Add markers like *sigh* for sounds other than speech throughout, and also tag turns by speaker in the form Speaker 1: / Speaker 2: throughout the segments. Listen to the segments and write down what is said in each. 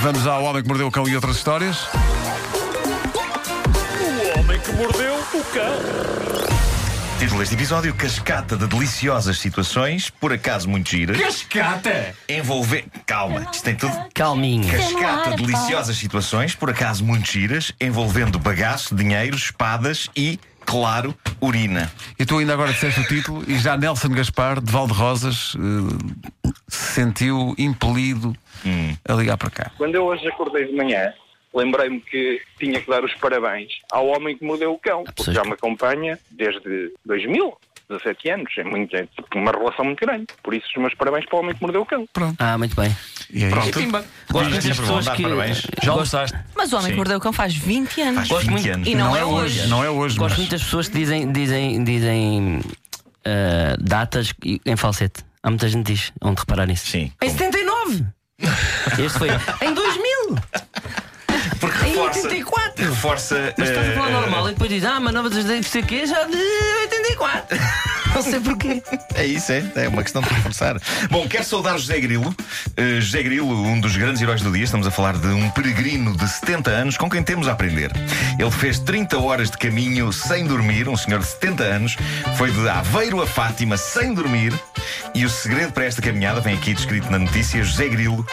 Speaker 1: Vamos ao Homem que Mordeu o Cão e outras histórias.
Speaker 2: O homem que mordeu o cão.
Speaker 3: Título deste episódio: Cascata de deliciosas situações, por acaso muito giras.
Speaker 2: Cascata!
Speaker 3: Envolver. Calma, isto tem tudo.
Speaker 4: Calminha.
Speaker 3: Cascata de deliciosas situações, por acaso muito giras, envolvendo bagaço, dinheiro, espadas e, claro, urina.
Speaker 1: E tu ainda agora disseste o título e já Nelson Gaspar, de Valde Rosas, eh, se sentiu impelido
Speaker 3: Hum.
Speaker 1: a ligar para cá.
Speaker 5: Quando eu hoje acordei de manhã, lembrei-me que tinha que dar os parabéns ao homem que me deu o cão, porque
Speaker 4: pessoas
Speaker 5: já
Speaker 4: que-
Speaker 5: me acompanha desde 2000. 17 anos, é, muito, é tipo uma relação muito grande. Por isso, os meus parabéns para o homem que mordeu o cão.
Speaker 4: Ah, muito bem.
Speaker 1: E é isso.
Speaker 3: Pronto. Diz-lhe
Speaker 4: Gosto dessas
Speaker 3: é para
Speaker 4: pessoas
Speaker 3: mandar
Speaker 4: que.
Speaker 3: parabéns.
Speaker 4: Já
Speaker 6: Mas o Homem
Speaker 3: Sim.
Speaker 6: que Mordeu o Cão faz 20 anos.
Speaker 3: Faz
Speaker 4: Gosto
Speaker 3: 20
Speaker 4: muito.
Speaker 3: anos.
Speaker 6: E não, é hoje.
Speaker 1: Não é hoje,
Speaker 4: Gosto
Speaker 1: mas.
Speaker 4: muito das pessoas que dizem, dizem, dizem ah, datas e- em falsete. Há muita gente que diz, onde reparar nisso.
Speaker 3: Sim.
Speaker 4: Em 79! este foi *laughs* em 2000!
Speaker 3: é
Speaker 4: *laughs*
Speaker 3: Porque
Speaker 4: Em
Speaker 3: reforça.
Speaker 4: 84!
Speaker 3: Reforça.
Speaker 4: Mas estás a falar
Speaker 3: eh,
Speaker 4: normal e depois diz, ah, mas nova das não sei o quê, já de 84! *laughs* Não sei porquê.
Speaker 3: É isso, é. É uma questão de reforçar. Bom, quero saudar José Grilo. Eh, José Grilo, um dos grandes heróis do dia. Estamos a falar de um peregrino de 70 anos com quem temos a aprender. Ele fez 30 horas de caminho sem dormir. Um senhor de 70 anos. Foi de Aveiro a Fátima sem dormir. E o segredo para esta caminhada vem aqui descrito na notícia. José Grilo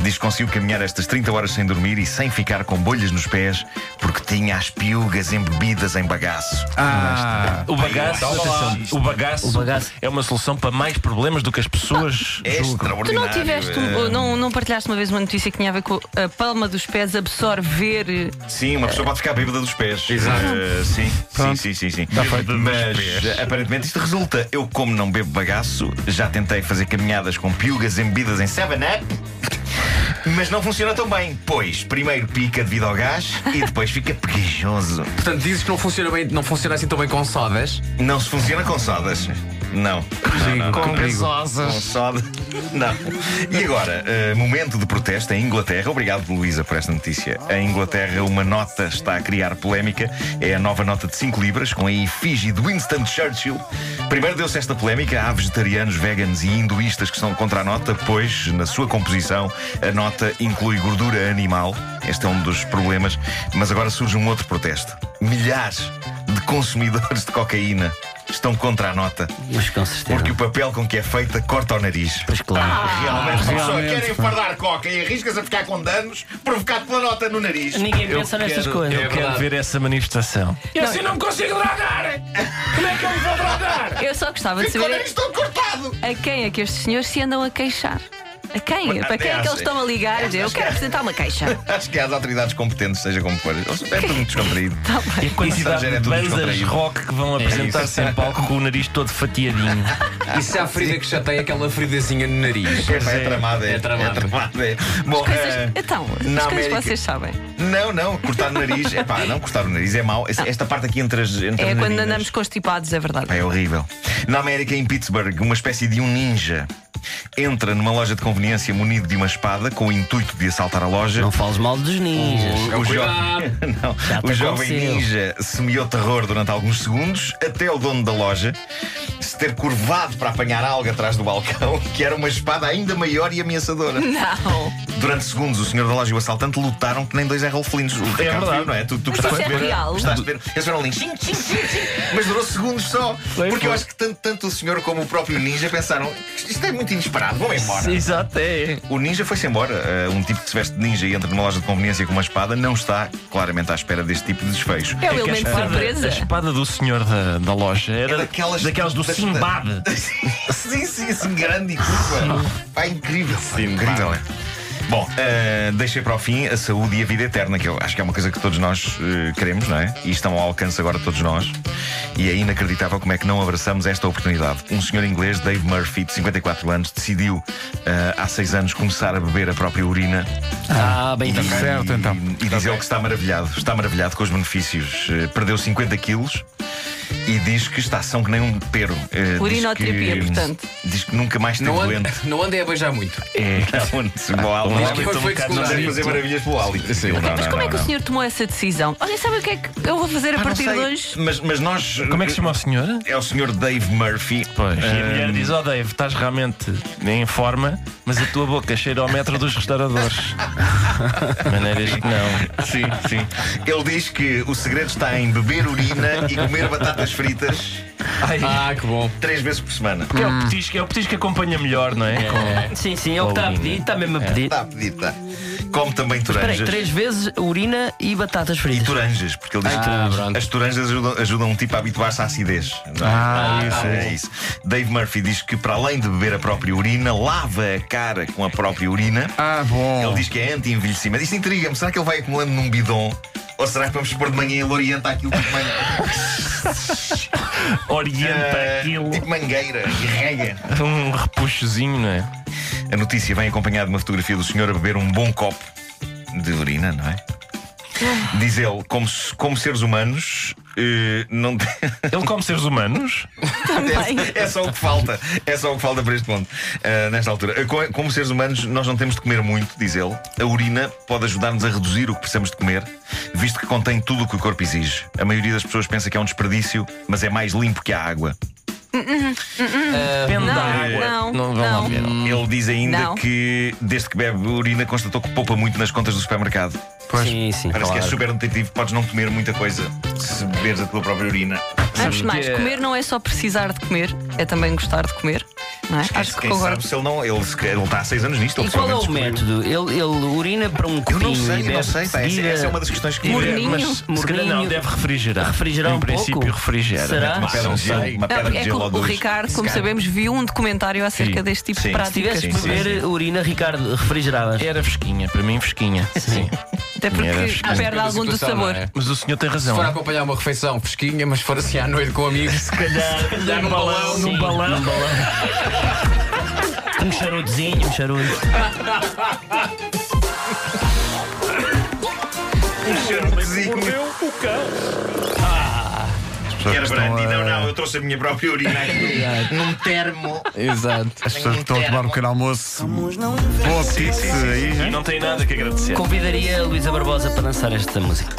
Speaker 3: diz que conseguiu caminhar estas 30 horas sem dormir e sem ficar com bolhas nos pés porque tinha as piugas embebidas em bagaço.
Speaker 1: Ah,
Speaker 7: O bagaço, atenção, o bagaço,
Speaker 4: O bagaço.
Speaker 7: é uma solução para mais problemas do que as pessoas
Speaker 3: É
Speaker 7: julgam.
Speaker 3: extraordinário.
Speaker 6: Tu não tiveste, um-
Speaker 3: eh.
Speaker 6: ou não, não partilhaste uma vez uma notícia que tinha a ver com a palma dos pés absorver.
Speaker 3: Sim, uma pessoa pode ficar bêbada dos pés. Exato. sim. sim,
Speaker 1: Pronto.
Speaker 3: sim, sim, sim.
Speaker 1: Tá feito.
Speaker 3: Mas eh, aparentemente isto resulta. Eu, como não bebo bagaço, já tentei fazer caminhadas com piugas embebidas em 7-Up. Mas não funciona tão bem, pois primeiro pica devido ao gás e depois fica pegajoso.
Speaker 8: Portanto, dizes que não funciona, bem, não funciona assim tão bem com sodas.
Speaker 3: Não se funciona com sodas. Não. Não, não, não.
Speaker 1: com perigo.
Speaker 3: Com soda. Não. E agora, eh, momento de protesto em Inglaterra. Obrigado, Luísa, por esta notícia. Em Inglaterra, uma nota está a criar polémica. É a nova nota de 5 libras, com a efígie de Winston Churchill. Primeiro deu-se esta polémica a vegetarianos, veganos e hinduístas que são contra a nota, pois, na sua composição, a nota inclui gordura animal. Este é um dos problemas. Mas agora surge um outro protesto. Milhares de consumidores de cocaína estão contra a nota.
Speaker 4: Mas com certeza.
Speaker 3: Porque o papel com que é feita corta o nariz.
Speaker 4: Pois claro.
Speaker 3: Ah, Realmente, uma pessoa
Speaker 1: realmente,
Speaker 3: quer enfardar coca e arriscas a ficar com danos provocados pela nota no nariz.
Speaker 4: Ninguém pensa nestas
Speaker 8: quero-
Speaker 4: coisas.
Speaker 8: eu
Speaker 7: Eu quero
Speaker 8: verdade.
Speaker 7: ver essa manifestação.
Speaker 2: Eu assim não me consigo drogar! Como é que eu me vou drogar?
Speaker 6: Eu só gostava de
Speaker 3: Ficou o
Speaker 6: saber
Speaker 3: nariz todo cortado!
Speaker 6: a quem é que estes senhores se andam a queixar. A quem?
Speaker 3: Mas
Speaker 6: Para quem é que
Speaker 3: até
Speaker 6: eles estão a ligar? e dizer, Eu quero apresentar uma
Speaker 3: *laughs*
Speaker 6: queixa.
Speaker 3: *laughs* Acho que às autoridades competentes, seja como for, é tudo muito descontraído.
Speaker 6: Tá bem.
Speaker 7: E a quantidade
Speaker 3: Estrangeiro é
Speaker 7: de
Speaker 3: tudo
Speaker 7: bandas
Speaker 3: descontraído.
Speaker 7: rock é que vão apresentar-se em palco com o nariz todo fatiadinho.
Speaker 8: E se há ferida que já tem aquela feridazinha no nariz?
Speaker 3: É, pá, é tramado, é,
Speaker 8: é tramado.
Speaker 3: É tramado, é. Bom,
Speaker 6: Coisas,
Speaker 3: eh,
Speaker 6: então,
Speaker 3: na
Speaker 6: as coisas que
Speaker 3: América-
Speaker 6: vocês sabem.
Speaker 3: Não, não, cortar o nariz, é pá, não cortar o nariz é mau. Esta esta parte aqui entre as. Entre
Speaker 6: É
Speaker 3: as
Speaker 6: quando
Speaker 3: narinas.
Speaker 6: andamos constipados, é verdade.
Speaker 3: Pá, É horrível. Na América, em Pittsburgh, uma espécie de um ninja entra numa loja de conveniência munido de uma espada com o intuito de assaltar a loja.
Speaker 4: Não fales mal dos ninjas.
Speaker 3: O, jo-
Speaker 8: Cuidado!
Speaker 3: *laughs* Não,
Speaker 4: Já te
Speaker 3: o jovem
Speaker 4: aconteceu.
Speaker 3: ninja semeou terror durante alguns segundos até o dono da loja se ter curvado para apanhar algo atrás do balcão, *laughs* que era uma espada ainda maior e ameaçadora.
Speaker 6: Não.
Speaker 3: Durante segundos, o senhor da loja e o assaltante lutaram que nem dois Errolflinos. O Ricardo
Speaker 7: verdade.
Speaker 3: viu, não é? Tu, tu
Speaker 6: Mas
Speaker 3: gostaste
Speaker 6: isso
Speaker 3: de
Speaker 6: é
Speaker 3: ver.
Speaker 6: real?
Speaker 3: Gostaste de ver. Eles foram ali, xing, xing, xing, xing, mas durou segundos só. porque eu acho que tanto, tanto o senhor como o próprio ninja pensaram: isto é muito inesperado, vão embora.
Speaker 7: Exato,
Speaker 6: Um
Speaker 7: é.
Speaker 3: O ninja foi-se embora. Eh, um tipo que se veste de ninja e entra numa loja de conveniência com uma espada não está claramente à espera deste tipo de desfecho.
Speaker 6: É o
Speaker 7: que a
Speaker 6: elemento de
Speaker 7: espada-
Speaker 6: surpresa.
Speaker 7: A espada do senhor da, da loja era
Speaker 3: É daquelas-
Speaker 7: daquelas do
Speaker 3: das-
Speaker 7: Simbad.
Speaker 3: sim, sim, assim grande e curva. Pá, incrível. incrível. é. Bom, eh, deixei para o fim a saúde e a vida eterna, que eu acho que é uma coisa que todos nós eh, queremos, não é? E estão ao alcance agora de todos nós. E é inacreditável como é que não abraçamos esta oportunidade. Um senhor inglês, Dave Murphy, de 54 anos, decidiu eh, há seis anos começar a beber a própria urina
Speaker 4: Ah, bem vindo.
Speaker 1: Certo, então.
Speaker 3: E, e diz ele que está maravilhado, está maravilhado com os benefícios. Eh, Perdeu 50 quilos e diz que está são que nem um pero. Eh, diz
Speaker 6: Urinoterapia,
Speaker 3: que-
Speaker 6: portanto.
Speaker 3: Diz que nunca mais teve
Speaker 8: Não ande,
Speaker 3: doente.
Speaker 8: não andei a beijar muito.
Speaker 3: É, não, não, o Aldo-
Speaker 7: Mas
Speaker 3: Aldo-
Speaker 7: foi- foi
Speaker 3: não deve
Speaker 7: secundário.
Speaker 3: é fazer maravilhas pelo Ali.
Speaker 6: Ok, mas como é que o senhor tomou essa decisão? Olha, sabe o que é que eu vou fazer a
Speaker 3: Ah, não
Speaker 6: partir de
Speaker 3: sei.
Speaker 6: hoje?
Speaker 3: Mas, mas nós.
Speaker 7: Como é que se chama o senhor?
Speaker 3: É o senhor Dave Murphy.
Speaker 7: Pois. E a
Speaker 3: Ah,
Speaker 7: mulher diz: Oh, Dave, estás realmente em forma, mas a tua boca cheira ao metro dos restauradores. Maneiras que não.
Speaker 3: Sim, sim. Ele diz que o segredo está em beber urina e comer batatas fritas
Speaker 8: Ah, que bom.
Speaker 3: três vezes por semana.
Speaker 7: É o petisco, é o petisco que acompanha melhor, não é? Com-
Speaker 4: Sim, sim, é o que está a
Speaker 7: Paulinha.
Speaker 4: pedir, está mesmo a pedir.
Speaker 3: Está a pedir, está. Come também
Speaker 4: Espera
Speaker 3: toranjas.
Speaker 4: aí, três vezes urina e batatas
Speaker 3: E
Speaker 4: fritas.
Speaker 3: toranjas, porque ele diz que
Speaker 8: pronto.
Speaker 3: as toranjas ajudam, ajudam um tipo a habituar-se à acidez. não é?
Speaker 1: Ah,
Speaker 3: isso, é isso. Dave Murphy diz que, para além de beber a própria urina, lava a cara com a própria urina.
Speaker 1: Ah, bom.
Speaker 3: Ele diz que é anti-envelhecimento. Isto intriga-me. Será que ele vai acumulando num bidon? Ou será que vamos pôr de manhã e ele orienta aquilo tipo, man...
Speaker 7: Orienta
Speaker 3: *laughs* eh,
Speaker 7: aquilo.
Speaker 3: tipo mangueira e rega?
Speaker 7: É Um repuxozinho, não é?
Speaker 3: A notícia vem acompanhada de uma fotografia do senhor a beber um bom copo de urina, não é? Diz ele, como, se- como seres humanos, eh, não te- *laughs*
Speaker 7: Ele come seres humanos?
Speaker 3: é só o que falta. É só o que falta para este ponto, eh, nesta altura. Eh, co- Como seres humanos, nós não temos de comer muito, diz ele. A urina pode ajudar-nos a reduzir o que precisamos de comer, visto que contém tudo o que o corpo exige. A maioria das pessoas pensa que é um desperdício, mas é mais limpo que a água.
Speaker 7: Depende da água.
Speaker 6: Não, não,
Speaker 7: Não vão lá
Speaker 6: não.
Speaker 7: ver.
Speaker 3: Ele diz ainda
Speaker 6: Não.
Speaker 3: que, desde que bebe urina, constatou que poupa muito nas contas do supermercado.
Speaker 4: Sim, sim.
Speaker 3: Parece que é super nutritivo, podes não comer muita coisa se beberes a tua própria urina.
Speaker 6: Antes de mais,
Speaker 7: que é-
Speaker 6: comer não é só precisar de comer, é também gostar de comer. Não é? Acho que
Speaker 3: Quem
Speaker 6: concordo.
Speaker 3: sabe se ele não. Ele, se- ele está há seis anos nisto, ele
Speaker 4: E qual é
Speaker 3: provavelmente
Speaker 4: o
Speaker 3: descobriu.
Speaker 4: método? Ele, ele urina para um
Speaker 3: Eu
Speaker 4: copinho
Speaker 3: não
Speaker 4: e
Speaker 3: sei, eu
Speaker 4: bebe
Speaker 3: não sei. pá, essa, essa é uma das questões que
Speaker 6: Morninho.
Speaker 7: Deve- Mas se calhar não,
Speaker 4: Morninho.
Speaker 7: deve refrigerar.
Speaker 4: Refrigerar
Speaker 7: em
Speaker 4: um
Speaker 7: princípio,
Speaker 4: pouco?
Speaker 7: refrigera.
Speaker 4: Será?
Speaker 3: Uma pedra
Speaker 7: Ah, Não
Speaker 3: de gelo,
Speaker 7: sei.
Speaker 3: uma pedra
Speaker 6: Não,
Speaker 3: de
Speaker 6: é que
Speaker 3: gelo
Speaker 6: o,
Speaker 3: ou
Speaker 6: o
Speaker 3: dois.
Speaker 6: Ricardo, como
Speaker 3: Se calhar.
Speaker 6: sabemos, viu um documentário acerca
Speaker 7: Sim,
Speaker 6: deste tipo
Speaker 3: sim.
Speaker 6: de
Speaker 4: Se
Speaker 6: práticas.
Speaker 4: tivesse
Speaker 3: Sim,
Speaker 4: que
Speaker 3: sim, É,
Speaker 4: beber urina, Ricardo, refrigeravas.
Speaker 7: Era fresquinha, para mim fresquinha. Sim.
Speaker 6: Até porque
Speaker 7: Era fresquinho.
Speaker 6: perde
Speaker 8: Da
Speaker 6: algum do
Speaker 8: situação,
Speaker 6: sabor.
Speaker 8: não é?
Speaker 7: Mas o senhor tem
Speaker 8: Se
Speaker 7: razão.
Speaker 8: for acompanhar uma refeição fresquinha, mas se for assim à noite com amigos, se *laughs* calhar, se calhar num balão.
Speaker 4: Num balão. Num *laughs* balão. um charutozinho, um charuto.
Speaker 3: Era
Speaker 1: estão
Speaker 3: brandy,
Speaker 1: a-
Speaker 3: não, não, eu trouxe a minha própria urina aqui num termo.
Speaker 8: Exato.
Speaker 1: As pessoas que estão a tomar um pequeno almoço. Bom apetite aí, hein?
Speaker 7: E não tem nada que agradecer.
Speaker 4: Convidaria a Luísa Barbosa para dançar esta música.